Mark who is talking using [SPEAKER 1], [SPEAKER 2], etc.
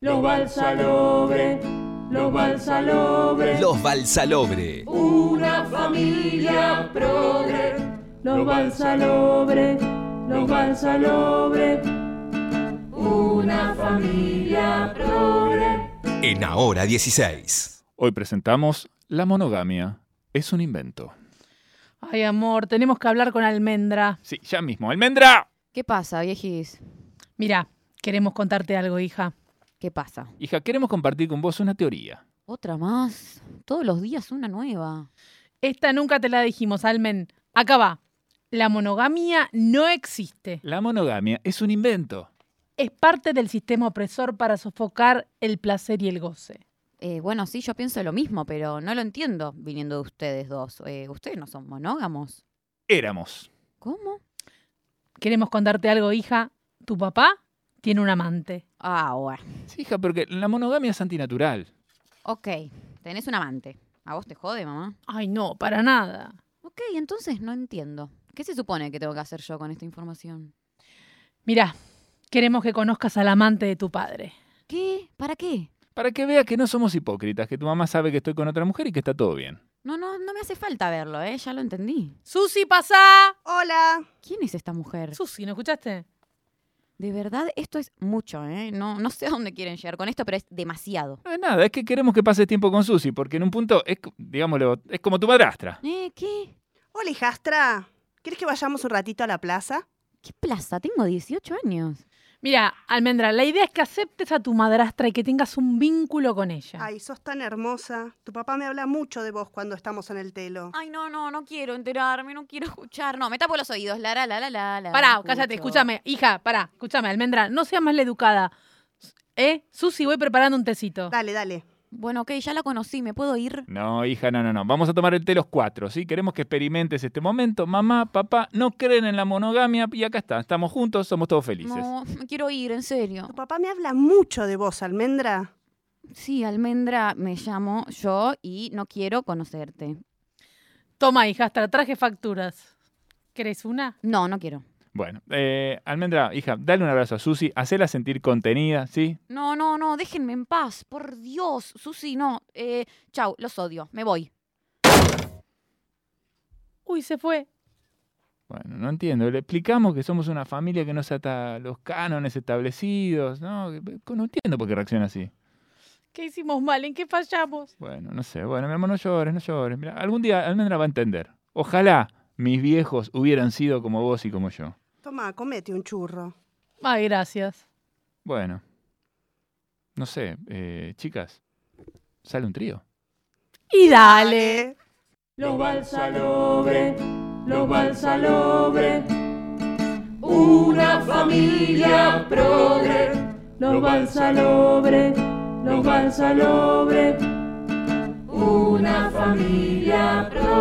[SPEAKER 1] Los Balsalobre, los Balsalobre,
[SPEAKER 2] Los Balsalobre.
[SPEAKER 1] una familia progre. Los Balsalobre, los Balsalobre, una familia progre.
[SPEAKER 2] En Ahora 16.
[SPEAKER 3] Hoy presentamos La monogamia es un invento.
[SPEAKER 4] Ay, amor, tenemos que hablar con Almendra.
[SPEAKER 3] Sí, ya mismo. ¡Almendra!
[SPEAKER 5] ¿Qué pasa, viejis?
[SPEAKER 4] Mira, queremos contarte algo, hija.
[SPEAKER 5] ¿Qué pasa?
[SPEAKER 3] Hija, queremos compartir con vos una teoría.
[SPEAKER 5] Otra más. Todos los días una nueva.
[SPEAKER 4] Esta nunca te la dijimos, Almen. Acá va. La monogamia no existe.
[SPEAKER 3] La monogamia es un invento.
[SPEAKER 4] Es parte del sistema opresor para sofocar el placer y el goce.
[SPEAKER 5] Eh, bueno, sí, yo pienso lo mismo, pero no lo entiendo viniendo de ustedes dos. Eh, ustedes no son monógamos.
[SPEAKER 3] Éramos.
[SPEAKER 5] ¿Cómo?
[SPEAKER 4] Queremos contarte algo, hija. Tu papá tiene un amante.
[SPEAKER 5] Ah, bueno.
[SPEAKER 3] Sí, hija, porque la monogamia es antinatural.
[SPEAKER 5] Ok, tenés un amante. ¿A vos te jode, mamá?
[SPEAKER 4] Ay, no, para nada.
[SPEAKER 5] Ok, entonces no entiendo. ¿Qué se supone que tengo que hacer yo con esta información?
[SPEAKER 4] Mira, queremos que conozcas al amante de tu padre.
[SPEAKER 5] ¿Qué? ¿Para qué?
[SPEAKER 3] Para que veas que no somos hipócritas, que tu mamá sabe que estoy con otra mujer y que está todo bien.
[SPEAKER 5] No, no, no me hace falta verlo, ¿eh? Ya lo entendí.
[SPEAKER 4] Susi, pasá.
[SPEAKER 6] Hola.
[SPEAKER 5] ¿Quién es esta mujer?
[SPEAKER 4] Susi, ¿no escuchaste?
[SPEAKER 5] De verdad, esto es mucho, ¿eh? No, no sé a dónde quieren llegar con esto, pero es demasiado.
[SPEAKER 3] No es nada, es que queremos que pases tiempo con Susi, porque en un punto es, co- digámoslo, es como tu madrastra.
[SPEAKER 5] ¿Eh? ¿Qué?
[SPEAKER 6] Hola, hijastra. ¿Quieres que vayamos un ratito a la plaza?
[SPEAKER 5] ¿Qué plaza? Tengo 18 años.
[SPEAKER 4] Mira, Almendra, la idea es que aceptes a tu madrastra y que tengas un vínculo con ella.
[SPEAKER 6] Ay, sos tan hermosa. Tu papá me habla mucho de vos cuando estamos en el telo.
[SPEAKER 5] Ay, no, no, no quiero enterarme, no quiero escuchar. No, me tapo los oídos. La, la, la, la, la. la,
[SPEAKER 4] Pará,
[SPEAKER 5] escucho.
[SPEAKER 4] cállate, escúchame. Hija, pará, escúchame, Almendra, no seas más la educada. ¿Eh? Susi, voy preparando un tecito.
[SPEAKER 6] Dale, dale.
[SPEAKER 5] Bueno, ok, ya la conocí, ¿me puedo ir?
[SPEAKER 3] No, hija, no, no, no. Vamos a tomar el té los cuatro, ¿sí? Queremos que experimentes este momento. Mamá, papá, no creen en la monogamia y acá está. Estamos juntos, somos todos felices.
[SPEAKER 5] No, me quiero ir, en serio.
[SPEAKER 6] Tu papá me habla mucho de vos, almendra.
[SPEAKER 5] Sí, Almendra, me llamo yo y no quiero conocerte.
[SPEAKER 4] Toma, hija, hasta traje facturas. ¿Querés una?
[SPEAKER 5] No, no quiero.
[SPEAKER 3] Bueno, eh, Almendra, hija, dale un abrazo a Susi, hacela sentir contenida, ¿sí?
[SPEAKER 5] No, no, no, déjenme en paz, por Dios. Susi, no. Eh, chau, los odio, me voy.
[SPEAKER 4] Uy, se fue.
[SPEAKER 3] Bueno, no entiendo. Le explicamos que somos una familia que no se ata a los cánones establecidos, ¿no? Que- No entiendo por qué reacciona así.
[SPEAKER 4] ¿Qué hicimos mal? ¿En qué fallamos?
[SPEAKER 3] Bueno, no sé. Bueno, mi amor, no llores, no llores. Mirá, algún día Almendra va a entender. Ojalá mis viejos hubieran sido como vos y como yo.
[SPEAKER 6] Toma, comete un churro.
[SPEAKER 4] Ay, gracias.
[SPEAKER 3] Bueno. No sé, eh, chicas, sale un trío.
[SPEAKER 4] Y dale.
[SPEAKER 1] Los Balsalobre, los Balsalobre, una familia progre. Los Balsalobre, los Balsalobre, una familia progre.